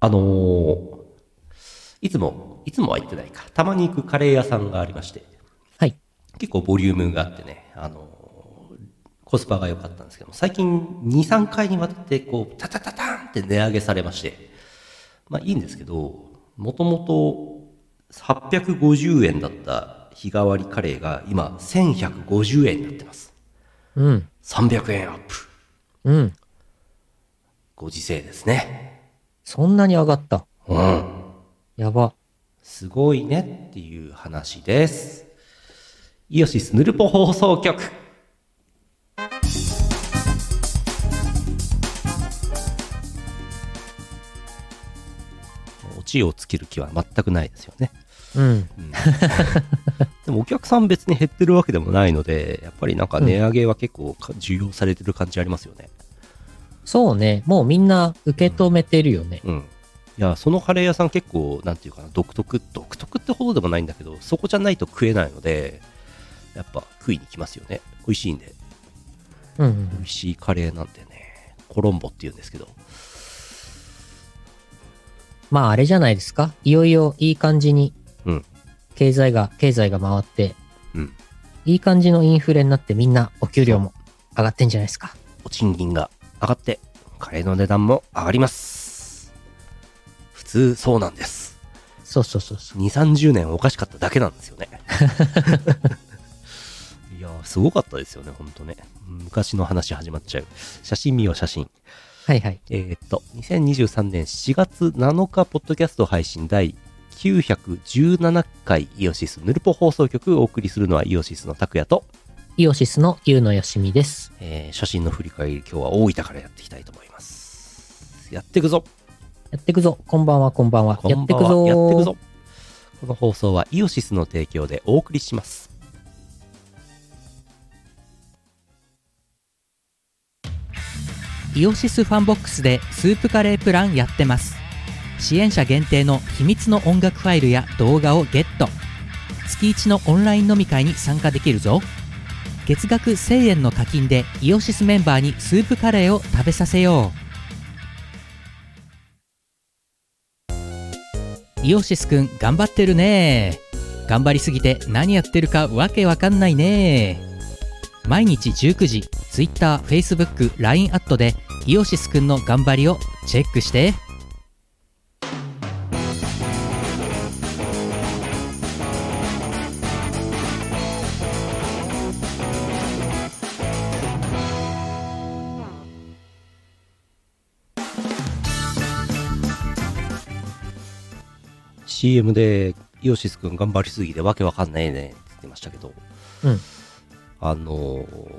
あのーいつも、いつもは行ってないか。たまに行くカレー屋さんがありまして、はい。結構ボリュームがあってね、あのーコスパが良かったんですけども、最近2、3回にわたって、こう、タタタタンって値上げされまして、まあいいんですけど、もともと850円だった日替わりカレーが今1150円になってます。うん。 300円アップ。うん。ご時世ですね。そんなに上がった。うん。やば。すごいねっていう話です。イオシスヌルポ放送局。オチをつける気は全くないですよね。うん。でもお客さん別に減ってるわけでもないので、やっぱりなんか値上げは結構か重要されてる感じありますよね。そうね。もうみんな受け止めてるよね。うん。いや、そのカレー屋さん結構、なんていうかな、独特、独特ってほどでもないんだけど、そこじゃないと食えないので、やっぱ食いに来ますよね。美味しいんで。うんう美ん。味しいカレーなんてね、コロンボって言うんですけど。まああれじゃないですか。いよいよいい感じにうん。経済が、経済が回って、うん。いい感じのインフレになってみんなお給料も上がってんじゃないですか。お賃金が上がって、カレーの値段も上がります。普通そうなんです。そうそうそうそう。 2、30年おかしかっただけなんですよ ね。いやー、すごかったですよね、ほんとね。昔の話始まっちゃう。写真見よう、写真。はいはい。えーっと、2023年4月7日、ポッドキャスト配信第917回イオシスヌルポ放送局をお送りするのはイオシスの拓也と、イオシスのゆうのよしみです。えー、写真の振り返り、今日は大分からやっていきたいと思います。やってくぞやってくぞ。こんばんは、こんばんは。こんばんやってくはぞ。やってくぞこの放送はイオシスの提供でお送りします。イオシスファンボックスでスープカレープランやってます支援者限定の秘密の音楽ファイルや動画をゲット月1のオンライン飲み会に参加できるぞ月額1000円の課金でイオシスメンバーにスープカレーを食べさせようイオシスくん頑張ってるね頑張りすぎて何やってるかわけわかんないね毎日19時 TwitterFacebookLINE アットでイオシスくんの頑張りをチェックしてー CM で、イオシスくん頑張りすぎてわけわかんないねって言ってましたけど、うんあのー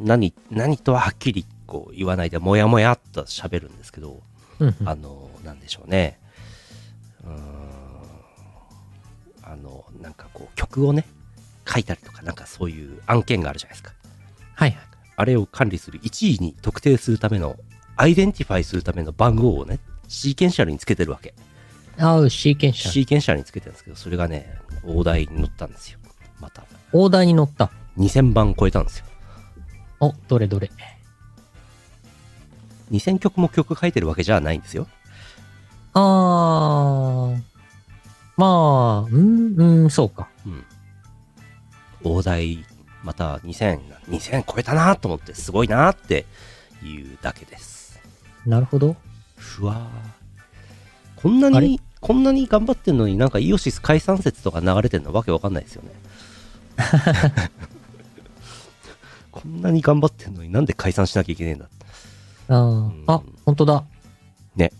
何、何とははっきりこう言わないで、もやもやっと喋るんですけど、うんうんあのーなんでしょうね。うーんあの、なんかこう、曲をね、書いたりとか、なんかそういう案件があるじゃないですか。はいはい。あれを管理する1位に特定するための、アイデンティファイするための番号をね、シーケンシャルにつけてるわけ。あう、シーケンシャル。シーケンシャルにつけてるんですけど、それがね、大台に乗ったんですよ。また。オーダーに乗った。 2000番超えたんですよ。お、どれどれ。 2000曲も曲書いてるわけじゃないんですよ。あー。まあ、うん、うん、そうか。うん。大台、また2000な、2000超えたなと思って、すごいなっていうだけです。なるほど。ふわーこんなあれに、こんなに頑張ってんのになんかイオシス解散説とか流れてんのわけわかんない ですよね。こんなに頑張ってんのになんで解散しなきゃいけねえんだあーんあ、ほんとだ。ね。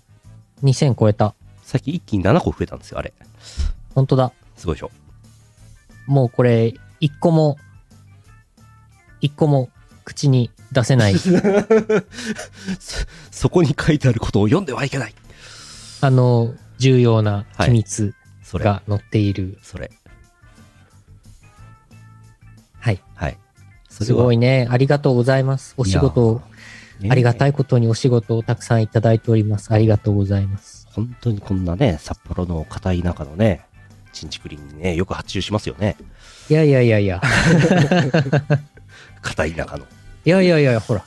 2000超えた。最近一気に7個増えたんですよ、あれ。ほんとだ。すごいでしょ。もうこれ、一個も、一個も口に出 せない。そそこに書いてあることを読んではいけない。あの、重要な秘密それ。が載っている。それ。はい。はい。そすごい。いね。ありがとうございます。お仕事を、ありがたいや。ねいことにお仕事をたくさんいただいております。ありがとうございます。本当にこんなね、札幌の片い中のね、ちんちくりんにね、よく発注しますよね。いやいやいやいや。片い中の。いやいやいや、ほら。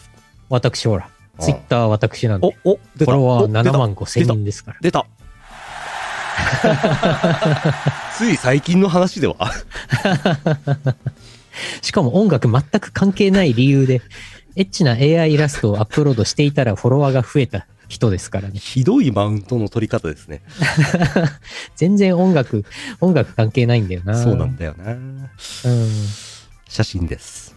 私ほら。ツイッター私なんおで、おフォ出たロワーお出た7万5千出た人ですから。出たつい最近の話ではしかも音楽全く関係ない理由で、エッチな AI イラストをアップロードしていたらフォロワーが増えた人ですからね。ひどいマウントの取り方ですね。全然音楽、音楽関係ないんだよな。そうなんだよな。うん写真です。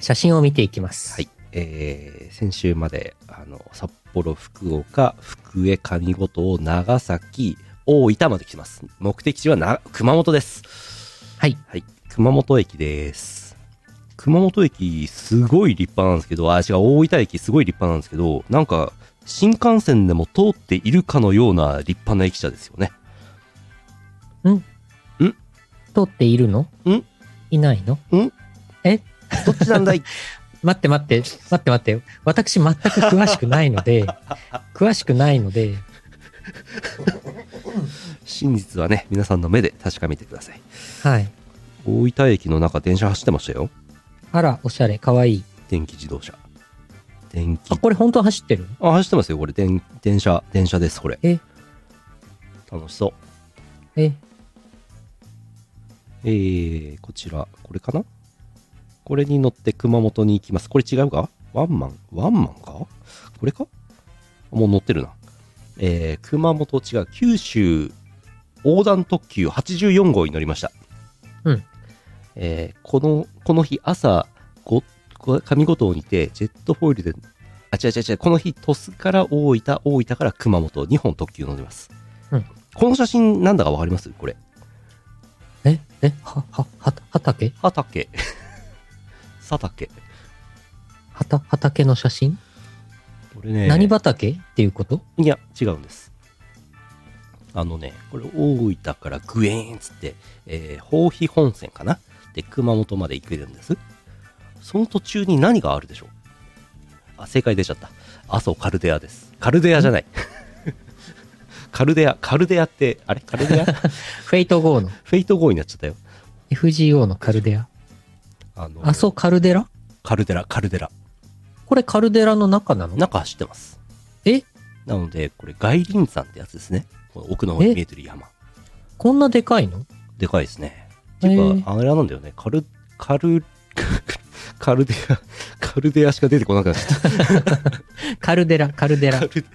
写真を見ていきます。はい。えー、先週まで、あの、札幌、福岡、福江、上五島、長崎、大分まで来てます。目的地はな、熊本です。はい。はい。熊本駅です。熊本駅、すごい立派なんですけど、あ、違う、大分駅、すごい立派なんですけど、なんか、新幹線でも通っているかのような立派な駅舎ですよね。通っているのんいないのどっちなんだい待って待って、待って待って。私全く詳しくないので、詳しくないので、真実はね、皆さんの目で確かめてください。はい。大分駅の中、電車走ってましたよ。あら、おしゃれ、かわいい。電気自動車。電気あ、。これ本当走ってるあ、走ってますよ、これ。電、電車、電車です、これ。え楽しそう。え、えー、こちら、これかなこれに乗って熊本に行きます。これ違うかワンマンワンマンかこれかもう乗ってるな。えー、熊本違う。九州横断特急84号に乗りました。うん。えー、この、この日朝、ご、ご上五島にて、ジェットフォイルで、あ、違う違う違う、この日、鳥栖から大分、大分から熊本、2本特急乗ります。うん。この写真、なんだかわかりますこれ。え、え、は、は、は、畑畑。佐竹。はた、畑の写真、これね。何畑っていうこといや、違うんです。あのね、これ大分からグエーンっつって、えー、宝庇本線かなで、熊本まで行けるんです。その途中に何があるでしょうあ、正解出ちゃった。阿蘇カルデアです。カルデアじゃない。 カルデア、カルデアって、あれカ ルデアフフェイト号のェイト号になっちゃったよ。 FGO のカルデラ。あのあ、そう、カルデラカルデラ、カルデラ。これカルデラの中なの中走ってます。えなので、これ外輪山ってやつですね。この奥の方に見えてる山。こんなでかいのでかいですね。っていうか、あれなんだよね。カル、カル、 カルデア、カルデアしか出てこなくなっ ちゃった。カルデラ、カルデラカ。ルデラ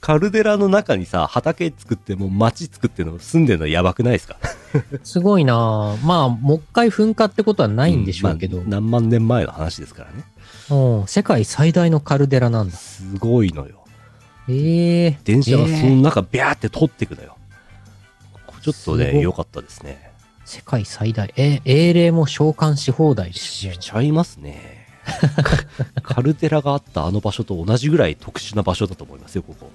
カルデラの中にさ、畑作ってもう町作っての住んでるのやばくないですかすごいなぁまあ、もう一回噴火ってことはないんでしょうけど、まあ何万年前の話ですからね。うん、世界最大のカルデラなんだ。すごいのよ。ええ電車がその中ビャーって通ってくのよ。ちょっとすごね、い良かったですね。世界最大。え、英霊も召喚し放題ですしね。ちゃいます ね。カルデラがあったあの場所と同じぐらい特殊な場所だと思いますよ、ここ。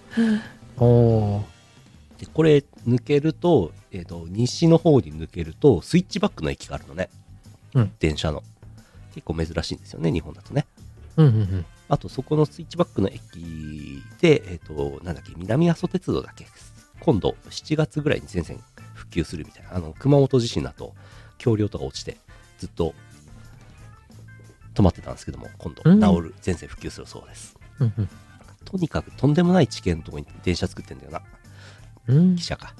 おーで、これ抜けると、えっ、と、西の方に抜けると、スイッチバックの駅があるのね。うん電車の。結構珍しいんですよね、日本だとね。うんうんうん。あと、そこのスイッチバックの駅で、えっ、と、なんだっけ、南阿蘇鉄道だっけ。今度、7月ぐらいに全線復旧するみたいな。あの、熊本地震だと、橋梁とか落ちて、ずっと、止まってたんですけども、今度、うん治る、全線復旧するそうです。うんうんとにかく、とんでもない地形のところに電車作ってんだよな。うん汽、車か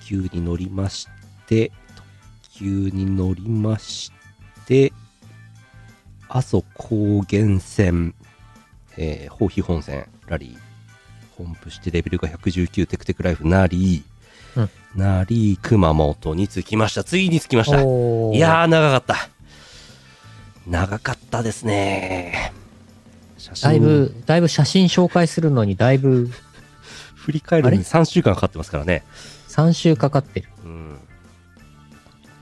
特急に乗りまして特急に乗りまして阿蘇高原線、えー、宝庇本線ラリー本布してレベルが119テクテクライフなり、うんなり熊本に着きましたついに着きましたおーいやー長かった長かったですね写真だいぶ、だいぶ写真紹介するのにだいぶ振り返るのに3週間かかってますからね3週かかってる。うん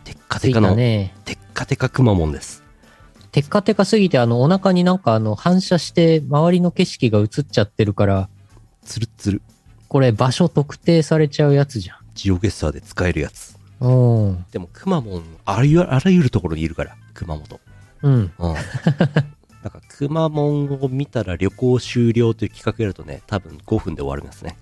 テッカつテいカたの、ね。テッカテカくまモンです。テッカテカすぎて、あの、お腹になんかあの、反射して周りの景色が映っちゃってるから、ツルッツル。これ場所特定されちゃうやつじゃジオゲッサーで使えるやつ。ん。うん。でも、くまモン、あらゆる、あらゆるところにいるから、熊本。うん。 うん。なんか、くまモンを見たら旅行終了という企画やるとね、多分5分で終わります ね。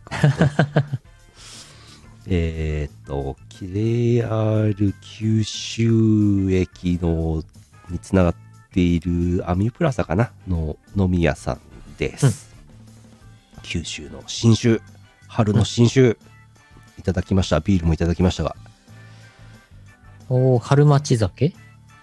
えーっと、KR 九州駅の、につながっっているアミュプラザかなの飲み屋さんです、九州の新酒春の新酒、いただきましたビールもいただきましたがおー春町酒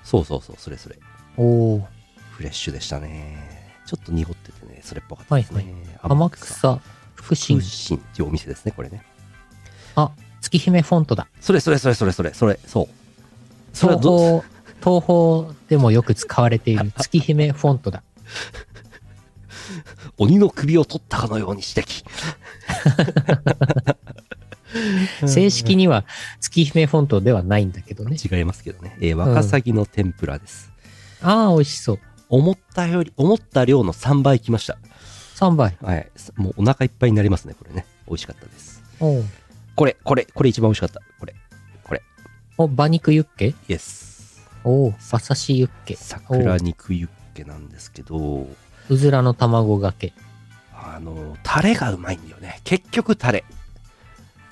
そうそうそうそれそれおーフレッシュでしたねちょっと濁っててねそれっぽかったですね、はい天草、福新神。新っていうお店ですねこれねあ、月姫フォントだ。それそれそれそれそれそれそうそれは東ど方、東方でもよく使われている月姫フォントだ。鬼の首を取ったかのように指摘正式には月姫フォントではないんだけどね。違いますけどね、えー、ワカサギの天ぷらです、ああ、美味しそう。思ったより思った量の3倍きました3倍。はいもうお腹いっぱいになりますねこれね美味しかったですおうこれこれこれ一番美味しかったこれお、馬肉ユッケイエスおお、馬刺しユッケ。桜肉ユッケなんですけどうずらの卵がけ。あのタレがうまいんだよね結局タレ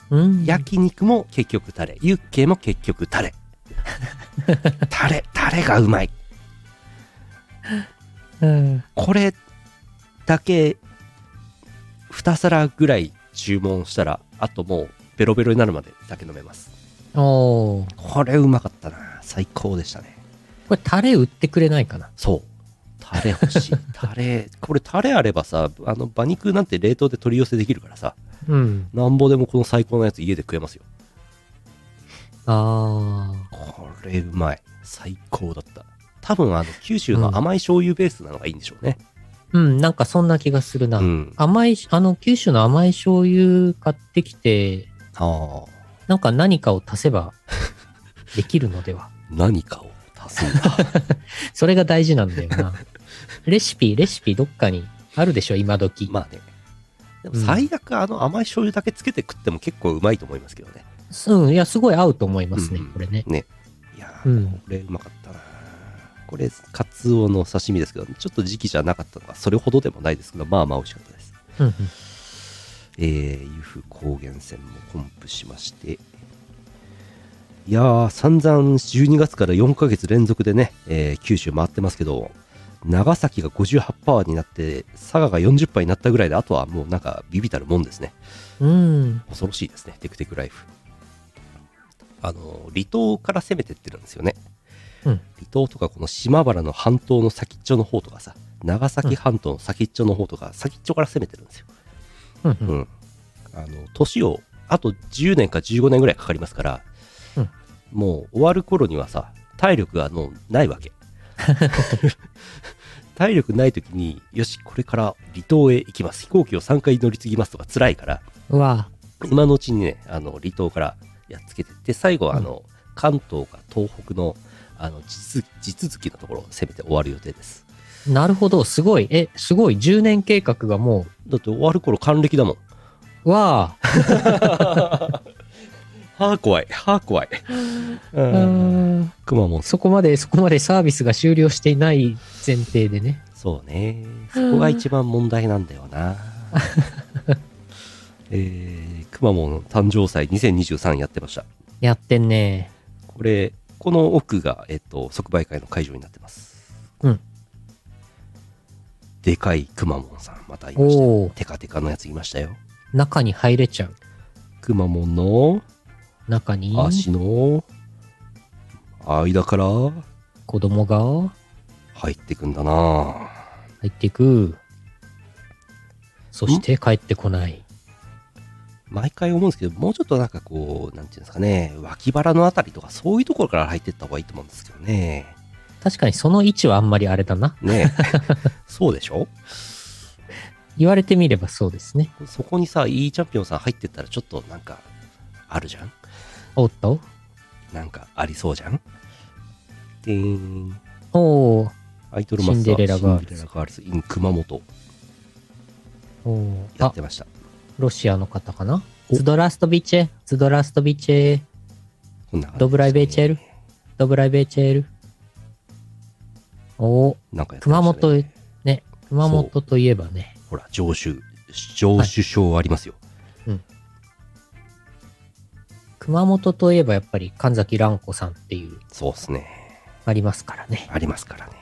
うん。焼肉も結局タレユッケも結局タ レタレタレがうまいうん。これだけ2皿ぐらい注文したらあともうベロベロになるまで酒飲めますおーこれうまかったな最高でしたねこれタレ売ってくれないかなそうタレ欲 しいタレこれタレあればさあの馬肉なんて冷凍で取り寄せできるからさうん。なんぼでもこの最高のやつ家で食えますよあこれうまい最高だった多分あの九州の甘い醤油ベースなのがいいんでしょうね、ーうん、なんかそんな気がするうな。ん甘い、あの、九州の甘い醤油買ってきて、ああなんか何かを足せ ばできるのでは。何かを足すんだ それが大事なんだよ な。レシピ、レシピどっかにあるでしょ、今時。まあねでも最悪あの甘い醤油だけつけて食っても結構うまいと思いますけどねうん、いや、すごい合うと思いますね、うんうんこれね。ねいやうーんこれうまかったな、これカツオの刺身ですけどちょっと時期じゃなかったのがそれほどでもないですけどまあまあ美味しかったですうんうん。えー、由布高原線もコンプしましていやー散々12月から4ヶ月連続でね、えー九州回ってますけど長崎が58%になって佐賀が40%になったぐらいであとはもうなんかビビたるもんですねうん。恐ろしいですねテクテクライフあの離島から攻めてってるんですよね、うん離島とかこの島原の半島の先っちょの方とかさ長崎半島の先っちょの方とか先っちょから攻めてるんですよ、うんう。うんん、あの年をあと10年か15年ぐらいかかりますから、うんもう終わる頃にはさ体力がもうないわ け体力ない時によしこれから離島へ行きます飛行機を3回乗り継ぎますとか辛いからうわ今のうちにねあの離島からやっつけてって最後はあの、関東か東北のあの地続地続きのところを攻めて終わる予定ですなるほど、すごい。え、すごい。10年計画がもだって終わる頃還暦だもんう、わあ。はあ怖いはあ怖いううんーんくまモンそこまで、そこまでサービスが終了していない前提でね。そうね。そこが一番問題なんだよ な。えー、くまモン誕生祭2023やってました。やってんね。これ、この奥が、えっと、即売会の会場になってます。うん。でかいくまモンさん、またいましたよ。おおテカテカのやついましたよ。中に入れちゃう。くまモンの中に、足の間から子供が入ってくんだな入っていく。そして帰ってこない。毎回思うんですけど、もうちょっとなんかこう、なんていうんですかね、脇腹のあたりとか、そういうところから入っていった方がいいと思うんですけどね。確かにその位置はあんまりあれだな。 ねえそうでしょ言われてみればそうですね。そこにさ、いいチャンピオンさん入ってったら、ちょっとなんか、あるじゃんおっとなんかありそうじゃんでーん。おーアイドルマスターシンデレラガールズシンデレラガールズ in 熊本おーやあって、ました。ロシアの方かなおズドラストビチェ、ズドラストビチェ、こんな感じでしたねドブライベーチェル。ドブライベーチェール。おーなんかやってま熊したね本、ね、熊本といえばね。ほら、上州、上州省ありますよ。熊本といえばやっぱり神崎蘭子さんっていう、そうっすね。ありますからね。ありますからね。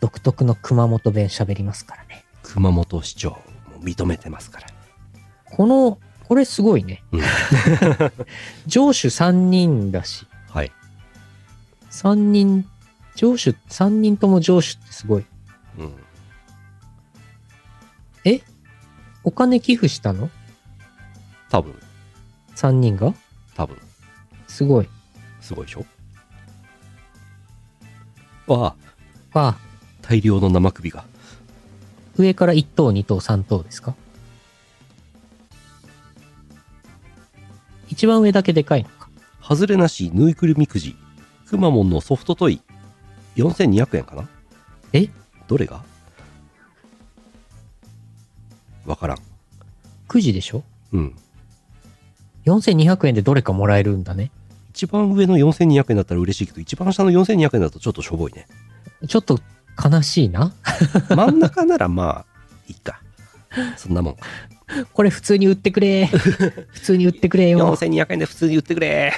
独特の熊本弁喋りますからね。熊本市長も認めてますから。この、これすごいね。うん 上手3人だし、はい。 3人、上手、3人とも上手ってすごい。うん。お金寄付したの多分、 ?3 人が多分、すごい。すごいでしょわあ、ああ、大量の生首が。上から1等、2等、3等ですか一番上だけでかいのか。外れなし、ぬいぐるみくじ。くまモンのソフトトイ。4200円かなえどれがわからん。 9時でしょうん。 ?4200 円でどれかもらえるんだね。一番上の4200円だったら嬉しいけど、一番下の4200円だとちょっとしょぼいね。ちょっと悲しいな。真ん中ならまあ、いっか。そんなもん。これ普通に売ってく れ。普通に売ってくれよ。 4200円で普通に売ってくれ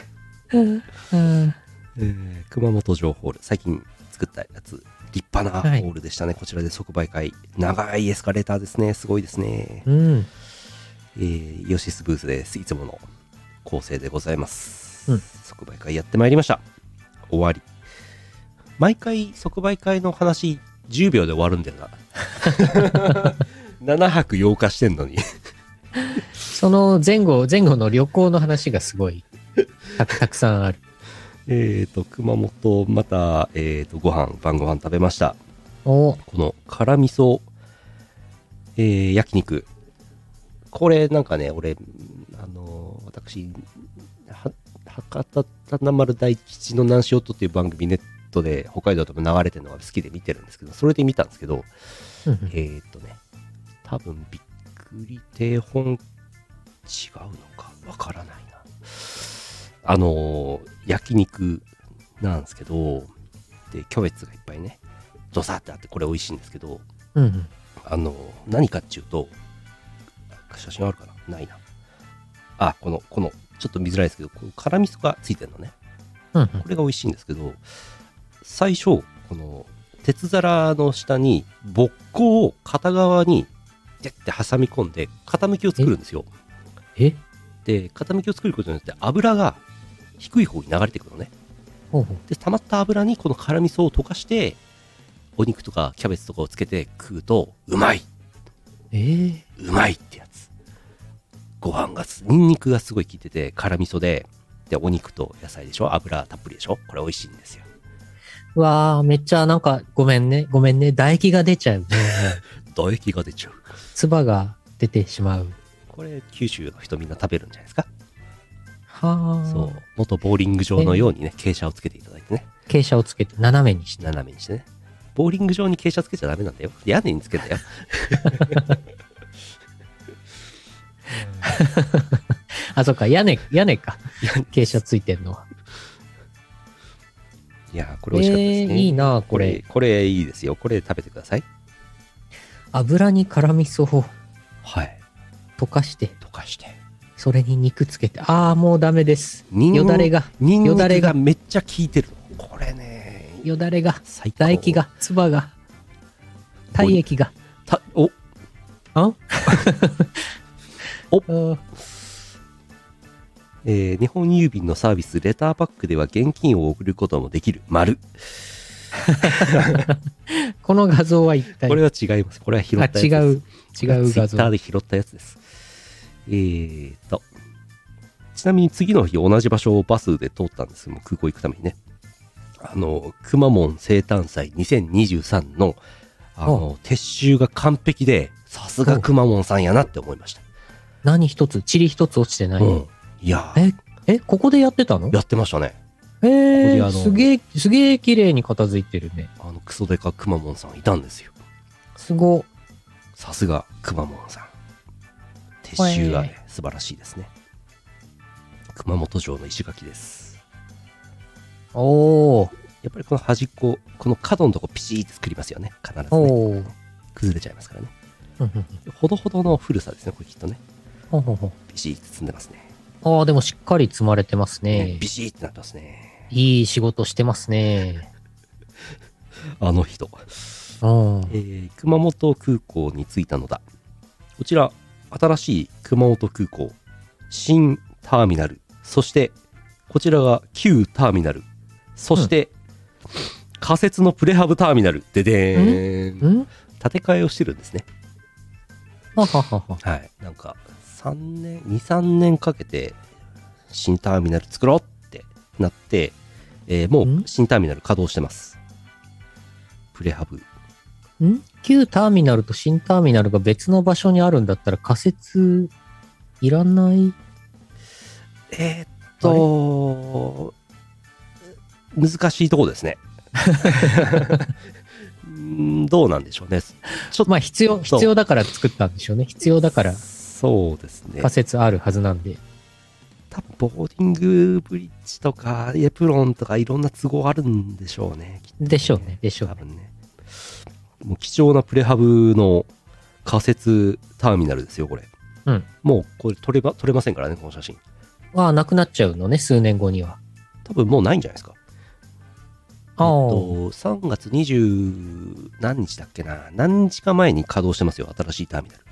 うんうんえー熊本城ホール最近作ったやつ立派なホールでしたね、こちらで即売会長いエスカレーターですねすごいですね、うん。えーイオシスブースですいつもの構成でございます、うん即売会やってまいりました終わり毎回即売会の話10秒で終わるんだよ な7泊8日してんのにその前後、前後の旅行の話がすごい、た たくさんある。えっと熊本また、えー、とご飯晩ご飯食べましたおこの辛味噌、えー焼肉。これなんかね、俺、あのー私、は博多七丸大吉の南塩とっていう番組ネットで北海道とも流れてるのが好きで見てるんですけど、それで見たんですけど、うんえー、っとね、多分びっくり定本違うのかわからないな。あのー焼肉なんですけど、で、キャベツがいっぱいね、ドサってあってこれ美味しいんですけど、うんうん。あの何かっていうと写真あるかなないなあこのこのちょっと見づらいですけどこの辛味噌がついてるのねうんうんこれが美味しいんですけど最初この鉄皿の下に木工を片側にジャッて挟み込んで傾きを作るんですよえで傾きを作ることによって油が低い方に流れていくのねほうほうで溜まった油にこの辛味噌を溶かしてお肉とかキャベツとかをつけて食うとうまいえー、うまいってやつご飯がすニンニクがすごい効いてて辛味噌ででお肉と野菜でしょ油たっぷりでしょこれ美味しいんですようわあめっちゃなんか、ごめんね、ごめんね、唾液が出ちゃうね。唾液が出ちゃう唾が出てしまう。これ九州の人みんな食べるんじゃないですかはあ。そう。元ボーリング場のようにね傾斜をつけていただいてね傾斜をつけて斜めにして。斜めにしてねボーリング場に傾斜つけちゃダメなんだよ屋根につけんだよあ、そっか、屋根、屋根か。傾斜ついてんのは。 いやーこえれ美味しかったですね、ー、いいなあこれ。これいいですよこれ食べてください油に辛味噌をはい溶かして、溶かしてそれに肉つけて、ああ、もうダメです。にんよだれが、ニンニよだクれががめっちゃ効いてるのこれねよだれが、最高唾液が、唾が、体液が、たおあおうんえー日本郵便のサービスレターパックでは現金を送ることもできる丸この画像は一体、これは違いますこれは拾ったあやつです違う、違う画ツイッ像タ。ーで拾ったやつですえーとちなみに次の日同じ場所をバスで通ったんですもう空港行くためにねあのくまモン生誕祭2023のあの撤収が完璧でさすがくまモンさんやなって思いました、何一つ、塵一つ落ちてない。うん、いやーえ、え、ここでやってたのやってましたねこえこであー、のすげえ、すげえ綺麗に片付いてるね。あのクソデカくまモンさんいたんですよすご。さすがくまモンさん撤収が、ほね、素晴らしいですね熊本城の石垣ですおー、やっぱりこの端っここの角のとこピシーって作りますよね必ずねおー。崩れちゃいますからねふんふんほどほどの古さですねこれきっとねほんほんほんピシーって積んでますねああ、でもしっかり積まれてますねね。ビシーってなってますねいい仕事してますね。あの人ああえー熊本空港に着いたのだこちら新しい熊本空港新ターミナルそしてこちらが旧ターミナルそして、仮設のプレハブターミナルででーん建んて替えをしてるんですねはははは。はいなんか3年23年かけて新ターミナル作ろうってなって、えーもんう新ターミナル稼働してますプレハブん旧ターミナルと新ターミナルが別の場所にあるんだったら仮説いらないえーっと、難しいところ ですね。うーんどうなんでしょうね。ちょっと、まあ必要、そう必要だから作ったんでしょうね。必要だからそうですね。仮説あるはずなんで。多分ボーディングブリッジとか、エプロンとか、いろんな都合あるんでしょうね。きっとでしょうね。でしょう多ね。分ね。もう貴重なプレハブの仮設ターミナルですよ、これ。うんもう、これ撮れば、撮れませんからね、この写真。ああ、なくなっちゃうのね、数年後には。多分もうないんじゃないですか。ああ、えっと、3月20何日だっけな何日か前に稼働してますよ新しいターミナル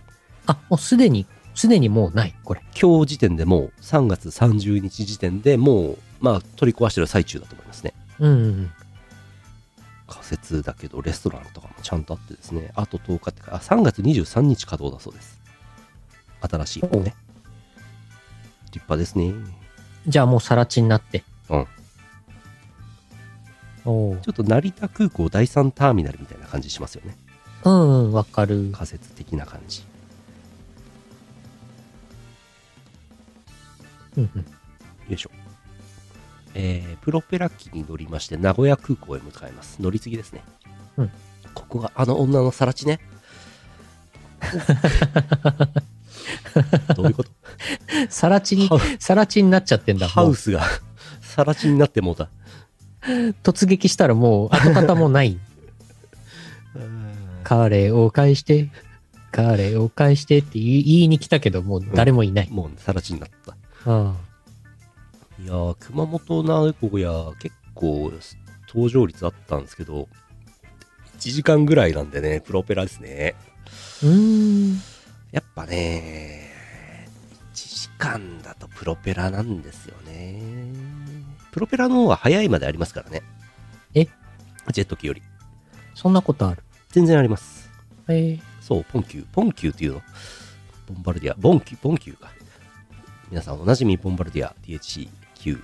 あ、もうすでに、すでにもうない、これ。今日時点でもう3月30日時点でもうまあ取り壊してる最中だと思いますねうんうんうん。仮設だけどレストランとかもちゃんとあってですねあと10日ってかあ3月23日稼働だそうです新しい方ね立派ですねじゃあもう更地になって。うん。おうちょっと成田空港第3ターミナルみたいな感じしますよねうんうん、わかる。仮設的な感じうんうん。よいしょ。えープロペラ機に乗りまして、名古屋空港へ向かいます。乗り継ぎですね。うんここがあの女のさらちね。どういうこと更地にハウ、更地 になっちゃってんだ。ハもうウスがさらちになってもうた。突撃したらもう跡形もない。彼を返して、彼を返してって言い言いに来たけど、もう誰もいない。もうさらちになった。うん。いやー、熊本名古屋、結構搭乗率あったんですけど、1時間ぐらいなんでね、プロペラですね。うん。やっぱね、1時間だとプロペラなんですよね。プロペラの方が早いまでありますからね。えジェット機より。そんなことある。全然あります。えそう、ポンキュー。ポンキューっていうの。ボンバルディア。ボンキュー、ボンキューか。皆さんおなじみボンバルディア DHC9、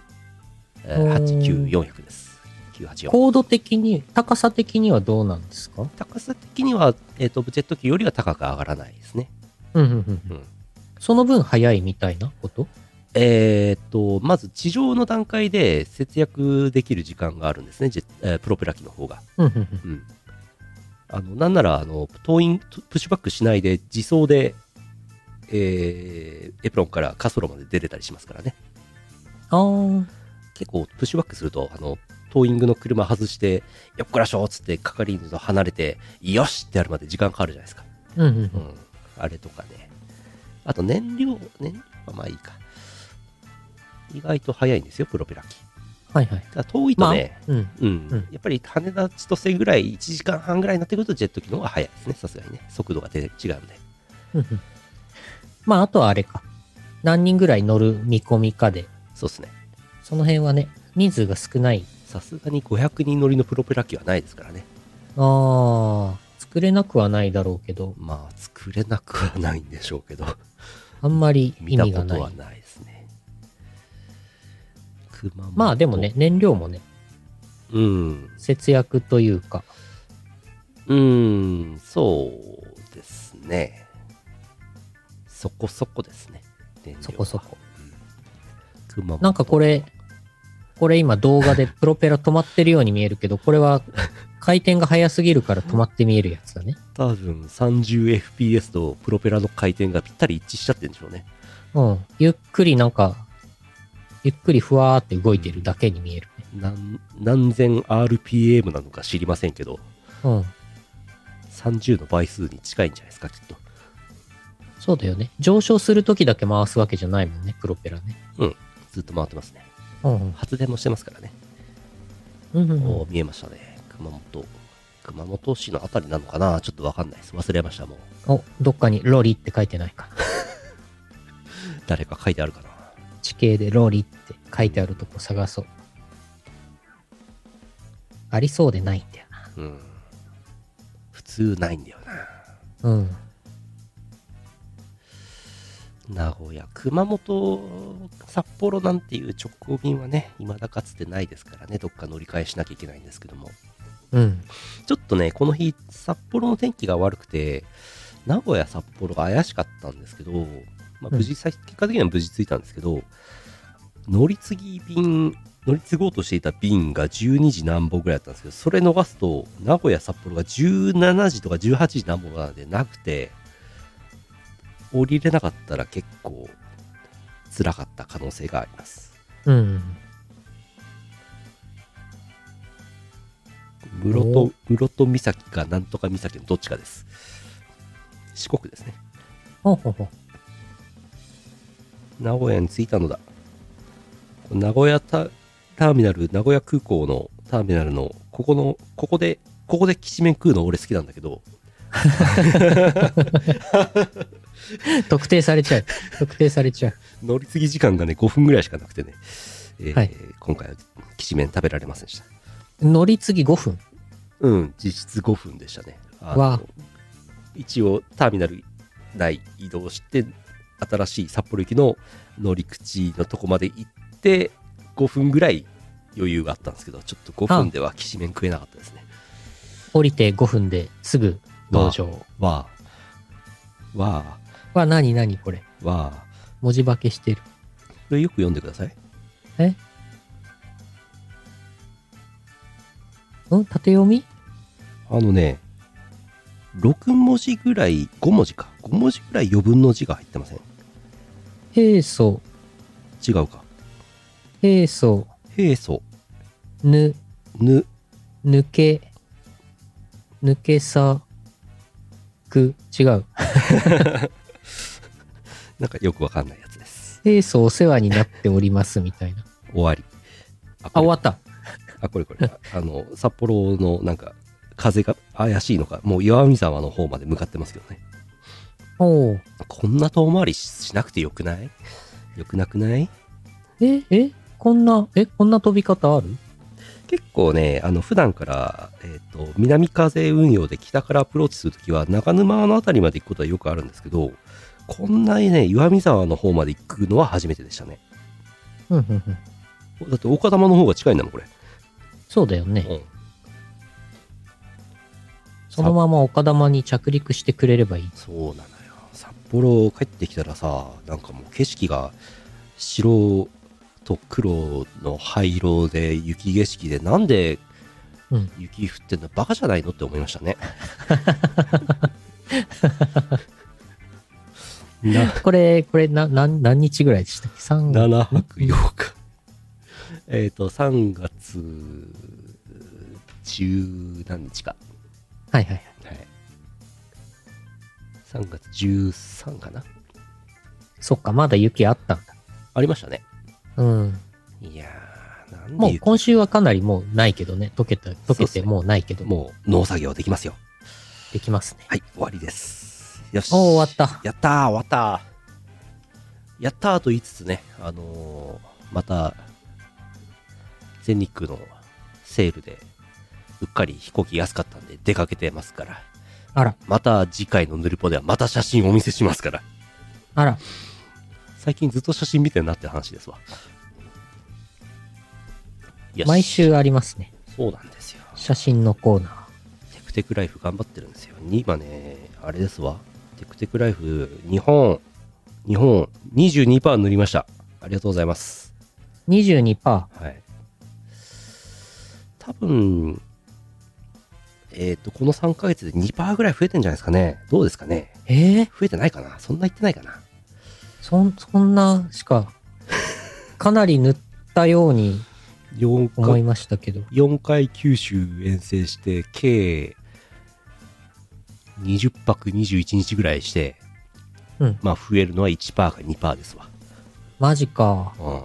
えーおー89400です。ー、 984。高度的に、高さ的にはどうなんですか高さ的には、えっ、と、ジェット機よりは高く上がらないですね。うんうんうんううんん。その分早いみたいなことえーっと、まず地上の段階で節約できる時間があるんですね、ジェえープロペラ機の方が。うんうんうん。うん。あの、なんなら、あの、トーインプッシュバックしないで、自走で、えーエプロンから滑走路まで出れたりしますからね。あー結構、プッシュバックすると、あの、トーイングの車外して、よっこらしょーっつって、係員と離れて、よしってやるまで時間かかるじゃないですか。うんうんう。うんん、あれとかね。あと燃料、燃料はまあいいか。意外と早いんですよ、プロペラ機。はいはい。ただ遠いまとあね、、うん。うん、うんやっぱり羽田千歳ぐらい、1時間半ぐらいになってくると、ジェット機の方が早いですね、さすがにね。速度が出違うんで。うんうんまあ、あとはあれか。何人ぐらい乗る見込みかで、そうですね。その辺はね、人数が少ない。さすがに500人乗りのプロペラ機はないですからね。ああ、作れなくはないだろうけど、まあ、作れなくはないんでしょう けど、あんまり見意た味こがなとい。はないですね。熊本まあでもね、。燃料もね、うん。節約というか、うーん、そうですね。そこそこですね。電そ力こはそ。こ。熊本なんかこれ、これ今動 画でプロペラ止まってるように見えるけど、これは回転が速すぎるから止まって見えるやつだね。多分 30fps とプロペラの回転がぴったり一致しちゃってるんでしょうね。うん。ゆっくりなんか、ゆっくりふわーって動いてるだけに見えるね。なん何千 RPM なのか知りませんけど、うん。 30の倍数に近いんじゃないですか、きっと。そうだよね。上昇するときだけ回すわけじゃないもんね、プロペラね。ずっと回ってますね。うん発電もしてますからね。うん。うんうんおー見えましたね。熊本。熊本市のあたりなのかなちょっとわかんないです。忘れました、もう。お、どっかにロリって書いてないかな。誰か書いてあるかな地形でロリって書いてあるとこ探そう。ありそうでないんだようん。普通ないんだよな。うん。な。名古屋、熊本、札幌なんていう直行便はね、未だかつてないですからね、どっか乗り換えしなきゃいけないんですけども。うん。ちょっとね、この日、札幌の天気が悪くて、名古屋、札幌が怪しかったんですけど、まあ、無事、さ結果的には無事着いたんですけど、乗り継ぎ便、乗り継ごうとしていた便が12時何本ぐらいだったんですけど、それ逃すと、名古屋、札幌が17時とか18時何本なんでなくて、降りれなかったら結構辛かった可能性があります。うん。室お戸、室戸岬かなんとか岬のどっちかです。四国ですね。ほうほうほう。名古屋に着いたのだ名古屋タターミナル名古屋空港のターミナルのここのここでここできしめん食うの俺好きなんだけど特定されちゃう。特定されちゃう。乗り継ぎ時間がね5分ぐらいしかなくてね、えーはい今回はきしめん食べられませんでした乗り継ぎ5分。うん実質5分でしたねあのわあ一応ターミナル内移動して新しい札幌行きの乗り口のとこまで行って5分ぐらい余裕があったんですけどちょっと5分ではきしめん食えなかったですね降りて5分ですぐ登場。わあ、わわ、なになにこれ。あ、わあ。文字化けしてる。これよく読んでください。ん縦読みあのね、6文字ぐらい、5文字か。5文字ぐらい余分の字が入ってません。平素、違うか。平素、平素、ぬ、ぬ、抜け、抜けさ、く、違う。なんかよくわかんないやつです。平素お世話になっておりますみたいな。終わり。あ、あ、こ終れ、わった。あこれこれ。あの、札幌のなんか、風が怪しいのか、もう岩見沢の方まで向かってますけどね。おお。こんな遠回りししなくてよくないよくなくないえ、え、こんな、え、こんな飛び方ある結構ね、あの普段から、えー、と南風運用で北からアプローチするときは、長沼のあたりまで行くことはよくあるんですけど、こんなにね、岩見沢の方まで行くのは初めてでしたね。うんうんうん。だって、岡玉の方が近いんだもん、これ。そうだよね。うん、そのまま岡玉に着陸してくれればいい。そうなのよ。札幌帰ってきたらさ、なんかもう景色が白と黒の灰色で雪景色で、なんでうん雪降ってんのバカじゃないのって思いましたね。なこれ、これ、な、な何日ぐらいでしたっけ ?3 月。 7泊8日。えっと、3月10何日か。はいはい。はい。3月13かなそっか、まだ雪あったんだ。ありましたね。うん。いやー、なんでもう雪今週はかなりもうないけどね。溶けた、溶そうけっすてねもうないけど、ももう農作業できますよ。うできますね。はい、終わりです。よし。おー終わった。やったー、終わったー。やったーと言いつつね、あのーまた、全日空のセールで、うっかり飛行機安かったんで出かけてますから、あら、また次回のヌルポではまた写真お見せしますから、あら、最近ずっと写真見てるなって話ですわ。よし毎。週ありますね。そうなんですよ。写真のコーナー。テクテクライフ頑張ってるんですよ。に今ね、あれですわ。テクテクライフ、日本、日本、22%塗りました。ありがとうございます。 22%。はい。多分、えっ、と、この3ヶ月で2%ぐらい増えてんじゃないですかね。どうですかね。えー、増えてないかなそんな言ってないかなそん、そんなしか、かなり塗ったように ?4 思い回、ましたけど。 4回九州遠征して、計20泊21日ぐらいして、うんまあ増えるのは1%か2%ですわ。マジか。うん。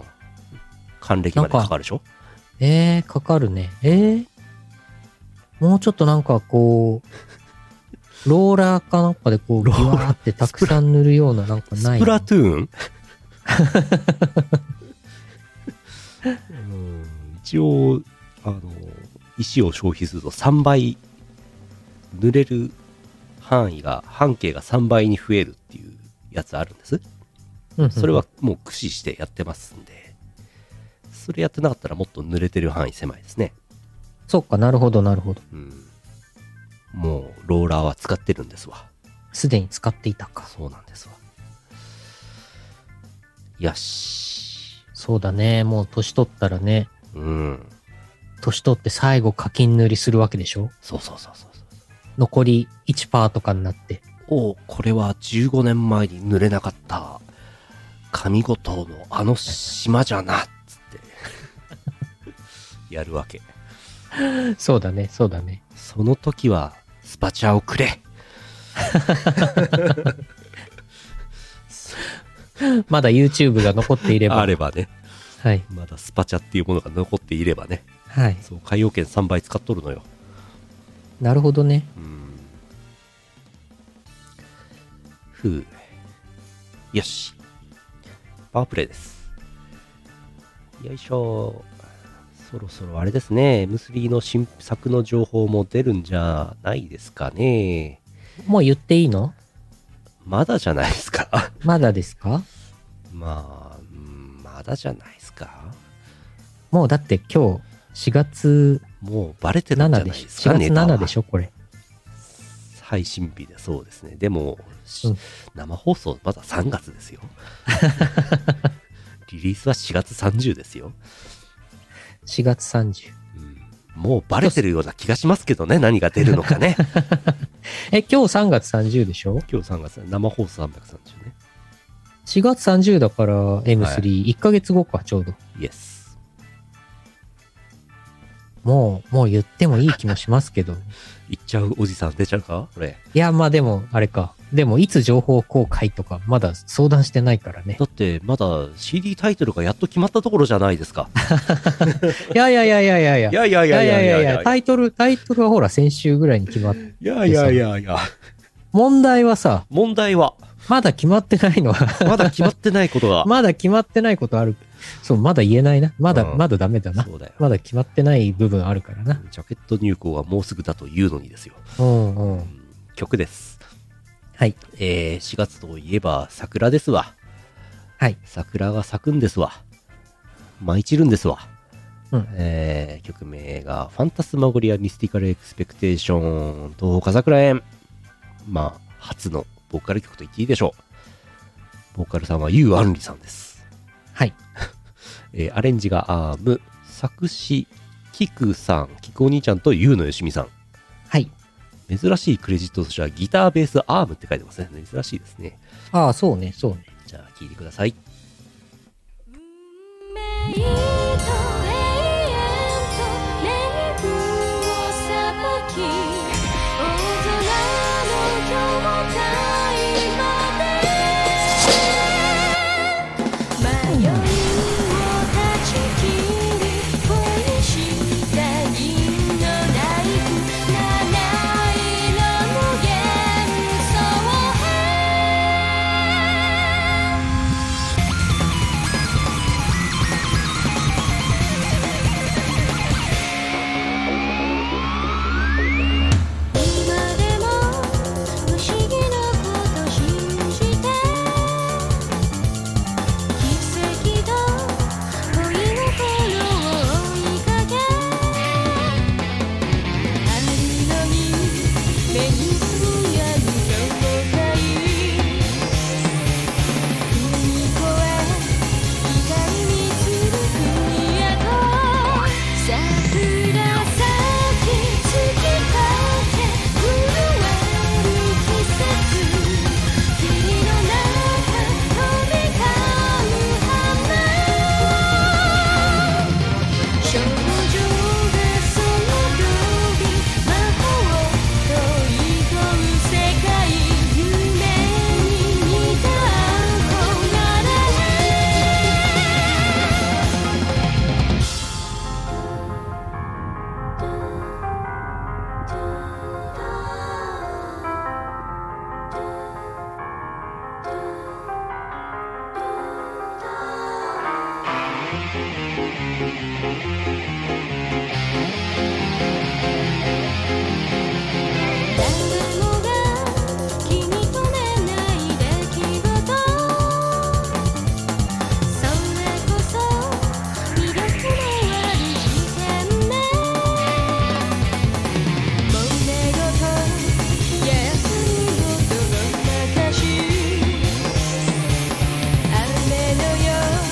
還暦までかかるでしょえー、かかるね。えー、もうちょっとなんかこう、ローラーかなんかでこう、ギローラーワーってたくさん塗るようななんかないスプラトゥーン うん一応あの石を消費すると3倍濡れる範囲が半径が3倍に増えるっていうやつあるんですうんうんそれはもう駆使してやってますんでそれやってなかったらもっと濡れてる範囲狭いですねそっか、なるほど、なるほど。うんもうローラーは使ってるんですわすでに使っていたか。そうなんですわよしそうだね。もう年取ったらね、うん年取って最後課金塗りするわけでしょそうそうそうそうそう残り1%とかになって。おうこれは15年前に濡れなかった上五島のあの島じゃなっつって やるわけそうだね、そうだね。その時はスパチャをくれまだ YouTube が残っていれば。あればねはい。まだスパチャっていうものが残っていればねはい。そう海洋券3倍使っとるのよなるほどね。うんふうよしパワープレイですよいしょそろそろあれですね M3 の新作の情報も出るんじゃないですかねもう言っていいのまだじゃないですか まだですかまあうんまだじゃないですかもうだって今日4月もうバレてるんじゃ7ないででしすょか ?4 ね月7でしょこれ。配信日でそうですねでも、しうん生放送まだ3月ですよリリースは4月30ですよ、 4月30。うんもうバレてるような気がしますけどね何が出るのかねえ、今日3月30でしょ今日3月生放送330ね ?4 月30だから M31、はヶ月後か、ちょうど。イエスもう、もう言ってもいい気もしますけど。行っちゃうおじさん出ちゃうかこれいや、まあでも、あれか。でも、いつ情報公開とか、まだ相談してないからね。だってまだ CD タイトルがやっと決まったところじゃないですかいやいやいやいやいやいいや。やいやいやいやいやいやいやタイトル、タイトルはほら、先週ぐらいに決まって。いやいやいやいや問題はさ、問題はまだ決まってないのは、まだ決まってないことがまだ決まってないことある。そう、まだ言えないな。まだ、うんまだダメだな。そうだよまだ決まってない部分あるからな。ジャケット入稿はもうすぐだというのにですようんうん。曲です。はい。えー、4月といえば桜ですわ。はい。桜が咲くんですわ。舞い散るんですわ。うんえー、曲名が、ファンタスマゴリア・ミスティカル・エクスペクテーション、東岡桜園。まあ、初のボーカル曲と言っていいでしょう。ボーカルさんはユー・アンリさんです。はい。 えー、アレンジがアーム、作詞、キクさん、キクお兄ちゃんとユーのよしみさん。はい。珍しいクレジットとしてはギターベースアームって書いてますね。珍しいですね。ああ、そうね、そうね。じゃあ聴いてください。運命と永遠と冥府をさばき大空の兄弟まで迷いを断ち切り恋した銀のライフ七色の幻想へ誰もが気に留めない出来事それこそ魅力のある時点ね揉め事やすみ事の証雨のよう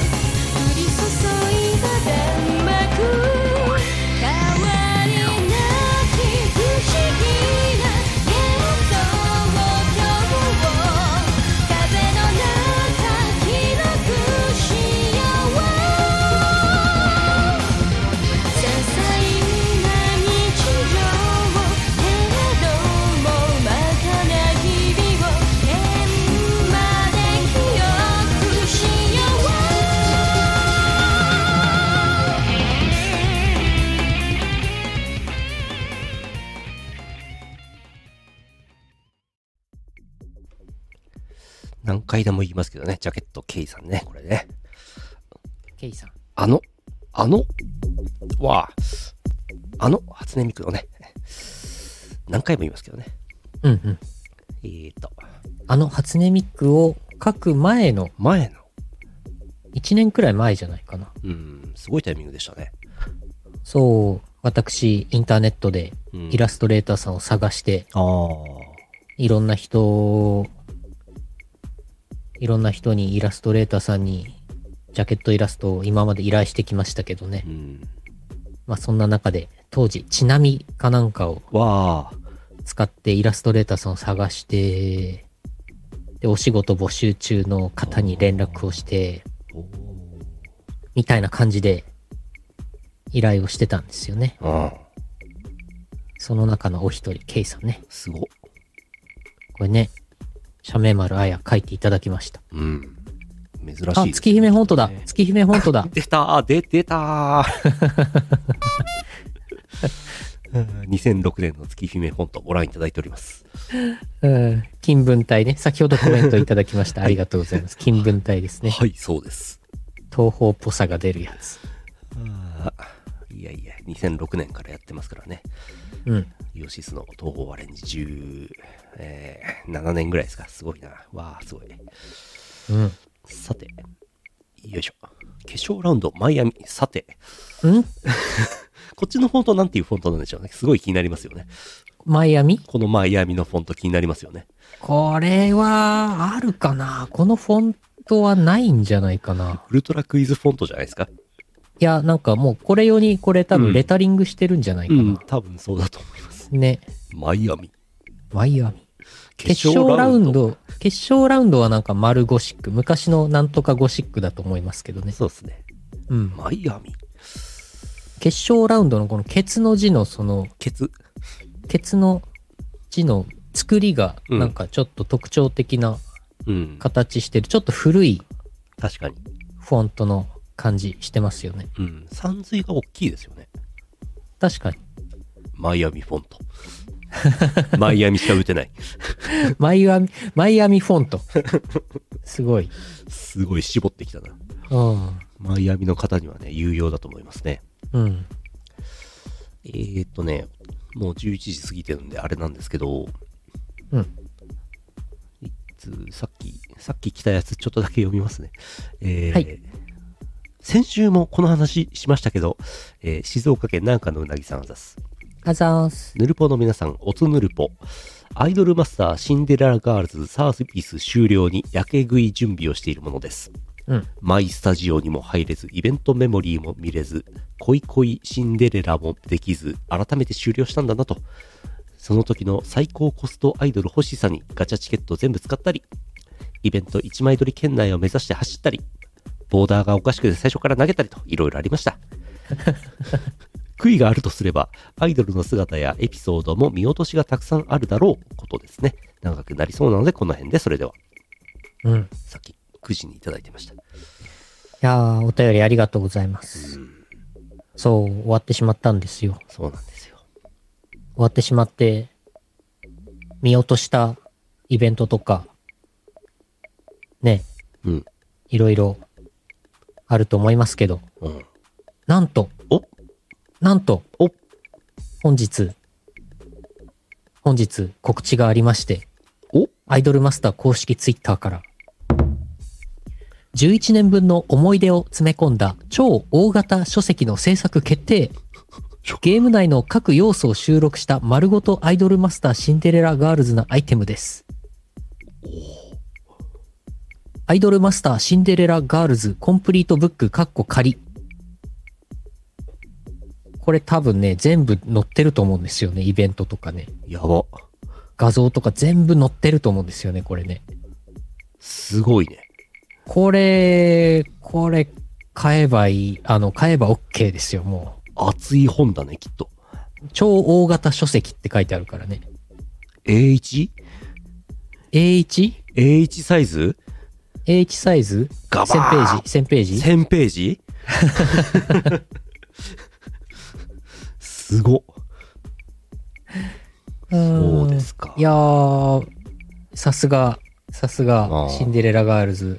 降り注いだ弾幕変わりなき不思議な幻想を今日を風の中記録しよう些細な日常をけれどもまたな日々を天まで記憶しよ何回でも言いますけどね、ジャケット K さんね、これね。ケイさん。あの、あの、は、あの、初音ミクのね、何回も言いますけどね。うんうん。えーと、あの初音ミクを書く前の、前の、 1年くらい前じゃないかな。うん、すごいタイミングでしたね。そう、私、インターネットでうんイラストレーターさんを探して、ああ、いろんな人、いろんな人にイラストレーターさんに、ジャケットイラストを今まで依頼してきましたけどねう。ん。まあそんな中で、当時、ちなみかなんかをわあ、使ってイラストレーターさんを探して、で、お仕事募集中の方に連絡をして、おーみたいな感じで依頼をしてたんですよね。うん、その中のお一人、ケイさんね。すごっ。これね、社名丸あや書いていただきました。うん。珍しいですあ、ね月姫フォントだね。月姫フォン トだ。出た出て た2006年の月姫フォントご覧いただいております。うん。金文体ね。先ほどコメントいただきました。ありがとうございます。金文体ですね。はい、そうです。東方っぽさが出るやつ。あーいやいや、2006年からやってますからね。うん。イオシスの東方アレンジ10、えー7年ぐらいですか。すごいな。わあ、すごい。うん。さて、よいしょ。化粧ラウンド、マイアミ。さて、うんこっちのフォントなんていうフォントなんでしょうね。すごい気になりますよね。マイアミこのマイアミのフォント気になりますよね。これは、あるかなこのフォントはないんじゃないかな。ウルトラクイズフォントじゃないですか。いや、なんかもうこれ用にこれ多うん分レタリングしてるんじゃないかうな。ん、多分そうだと思います。ね。マイアミ。マイアミ。決勝ラウン。ド、決勝ラウンドはなんか丸ゴシック。昔のなんとかゴシックだと思いますけどね。そうですね。うん。マイアミ。決勝ラウンドのこのケツの字のその、ケツ。ケツの字の作りがうんなんかちょっと特徴的なうん。形してる、ちょっと古い確かに。フォントの感じしてますよね。うん。三髄が大きいですよね。確かに。マイアミフォント。マイアミしか打てない。マイアミ、マイアミフォン ト。すごい。すごい絞ってきたな。うん。マイアミの方にはね、有用だと思いますね。うん。えー、っとね、もう11時過ぎてるんで、あれなんですけど、うん。いつさっき、さっき来たやつちょっとだけ読みますね。えーはい先週もこの話しましたけど、えー静岡県南下のうなぎさんあざす。あざーす。ヌルポの皆さん、おつぬるぽ。アイドルマスターシンデレラガールズサービス終了にやけ食い準備をしているものです。うん。マイスタジオにも入れず、イベントメモリーも見れず、恋恋シンデレラもできず、改めて終了したんだなと。その時の最高コストアイドル欲しさにガチャチケット全部使ったり、イベント1枚取り圏内を目指して走ったり、ボーダーがおかしくて最初から投げたりといろいろありました。悔いがあるとすれば、アイドルの姿やエピソードも見落としがたくさんあるだろうことですね。長くなりそうなので、この辺でそれでは、うん。いさっき9時にいただいてました。やー、お便りありがとうございます。そう、終わってしまったんですよ。そうなんですよ。終わってしまって、見落としたイベントとか、ね、うん。いろいろあると思いますけど、うん。なんと、おなんと、お本日、本日告知がありまして、おアイドルマスター公式ツイッターから、11年分の思い出を詰め込んだ超大型書籍の制作決定。ゲーム内の各要素を収録した丸ごとアイドルマスターシンデレラガールズなアイテムです。アイドルマスターシンデレラガールズコンプリートブックカッコ仮これ多分ね、全部載ってると思うんですよね、イベントとかね。やば。画像とか全部載ってると思うんですよね、これね。すごいね。これ、これ、買えばいい、あの、買えば OK ですよ、も熱い本だね、きっと。う。超大型書籍って書いてあるからね。 A1?A1 A1?A1 サイズサイズガ ?1000 ペバーージ ?1000 ページ ?1000 ペー ジすご。そうですか。いやー、さすが、さすあが、ーシンデレラガールズ。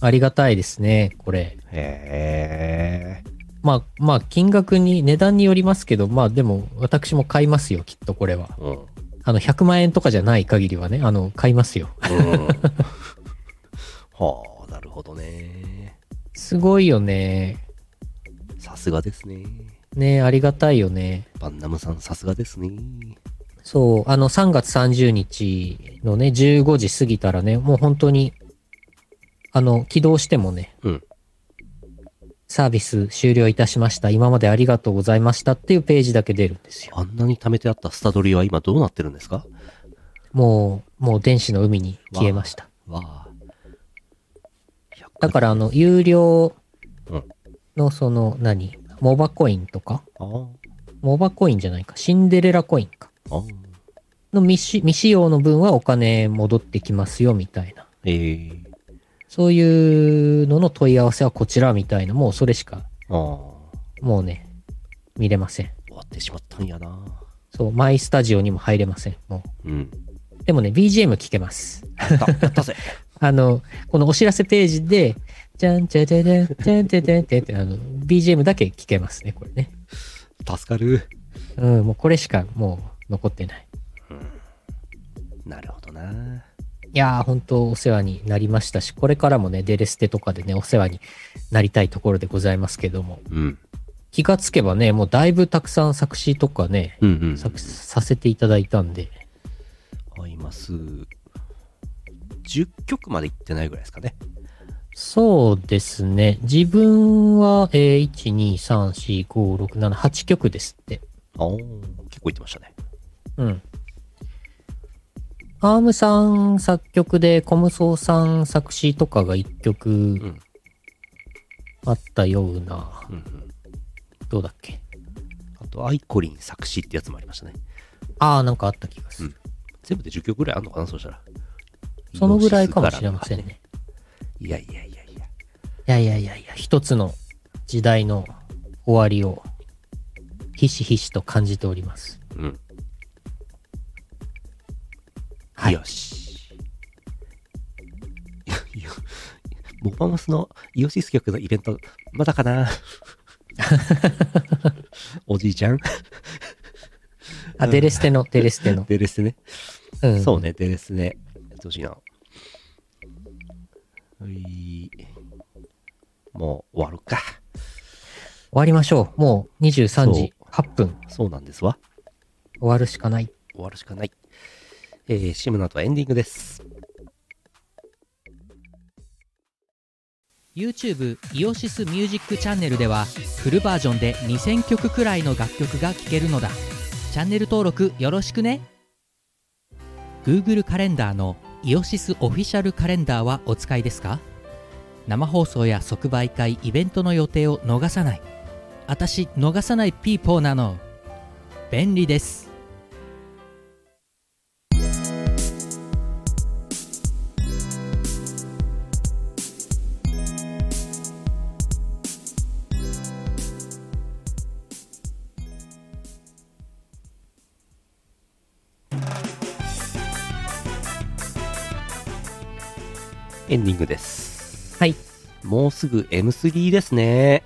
ありがたいですね、これ。へえ。まあまあ金額に値段によりますけどまあでも私も買いますよきっとこれはうん。あの100万円とかじゃない限りはねあの買いますよ うん、はあ、なるほどね。すごいよねさすがですね。ねありがたいよねバンナムさん、さすがですね。そうあの3月30日のね15時過ぎたらねもう本当にあの起動してもねうん。サービス終了いたしました今までありがとうございましたっていうページだけ出るんですよあんなに貯めてあったスタドリは今どうなってるんですかもうもう電子の海に消えましたわあ。100だからあの有料うん。のその何モバコインとかああ。モバコインじゃないかシンデレラコインかああ。の未使未使用の分はお金戻ってきますよみたいなええそういうのの問い合わせはこちらみたいなもうそれしかああ。もうね見れません終わってしまったんやな。そうマイスタジオにも入れませんもうん。うでもね BGM 聴けますやった、やったぜ。あのこのお知らせページでじゃんじゃじゃじゃんじゃんじゃじゃんってあの BGM だけ聴けますねこれね助かる。うんもうこれしかもう残ってないなるほどな。いやー、本当お世話になりましたし、これからもね、デレステとかでね、お世話になりたいところでございますけども、うん。気がつけばね、もうだいぶたくさん作詞とかね、うんうん。作詞させていただいたんで、あいます。10曲までいってないぐらいですかね。そうですね、自分は、えー、1、2、3、4、5、6、7、8曲ですって。ああ、結構いってましたね。うん。アームさん作曲で、コムソーさん作詞とかが1曲んあったような、うんうん。どうだっけあと、アイコリン作詞ってやつもありましたね。ああ、なんかあった気がする。全部で10曲ぐらいあんのかな、そうしたら。そのぐらいかもしれませんイノシスね。柄とかね。いやいやいやいや。いやいやいやいや、一つの時代の終わりをひしひしと感じております。うん。はいよし。いやいやボバマスのイオシス局のイベント、まだか なおじいちゃんあ、デレステの、デレステの。デレスね。 うん。そうね、デレスね。やってほしいな。ういもう終わるか。終わりましょう。もう23時8分。そうなんですわ。終わるしかない。終わるしかない。えー、CM の後はエンディングです。 YouTube イオシスミュージックチャンネルではフルバージョンで2000曲くらいの楽曲が聴けるのだチャンネル登録よろしくね Google カレンダーのイオシスオフィシャルカレンダーはお使いですか生放送や即売会イベントの予定を逃さない私逃さないピーポーなの便利ですエンディングです。はい。もうすぐ M3 ですね。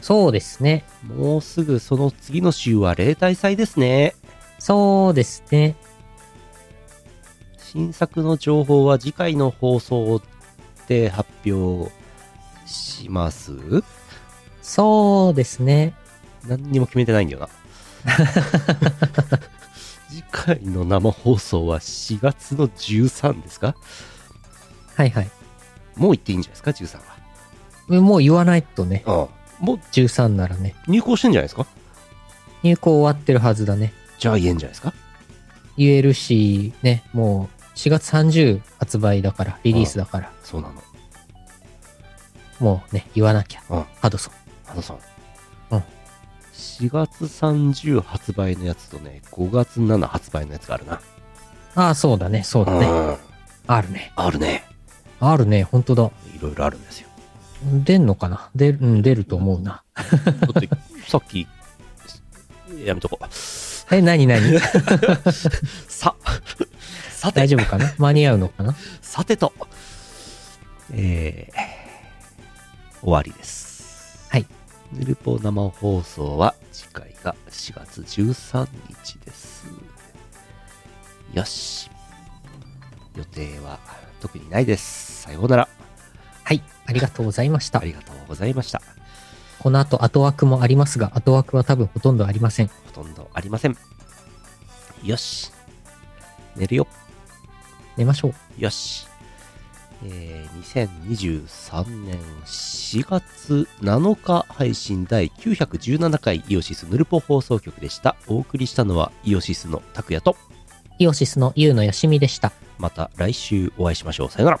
そうですね。もうすぐその次の週は例大祭ですね。そうですね。新作の情報は次回の放送で発表しますそうですね。何にも決めてないんだよな。次回の生放送は4月の13ですかはいはい。もう言っていいんじゃないですか ?13 もう言わないとね。は。うん。もう13ならね。入稿してんじゃないですか入稿終わってるはずだね。じゃあ言えんじゃないですか言えるし、ね、もう4月30発売だから、リリースだから、そうなの。もうね、言わなきゃ。うんハドソン。花さん。うん4月30発売のやつとね、5月7発売のやつがあるな。ああ、そうだね、そうだね。うん。あるね。あるね。あるね、本当だ。いろいろあるんですよ。出んのかな出る、うん、出ると思うな。だって、さっき、やめとこう。え、なにな にさ、 さて大、丈夫かな間に合うのかなさてと、えー終わりです。はい。ヌルポ生放送は次回が4月13日です。よし。予定は特にないです。さようなら。はい、ありがとうございましたあ。りがとうございました。この後、後枠もありますが、後枠は多分ほとんどありません。ほとんどありません。よし。寝るよ。寝ましょう。よし。えー、2023年4月7日配信第917回イオシスヌルポ放送局でした。お送りしたのはイオシスの拓也と、イオシスのゆうのよしみでした。また来週お会いしましょう。さよなら。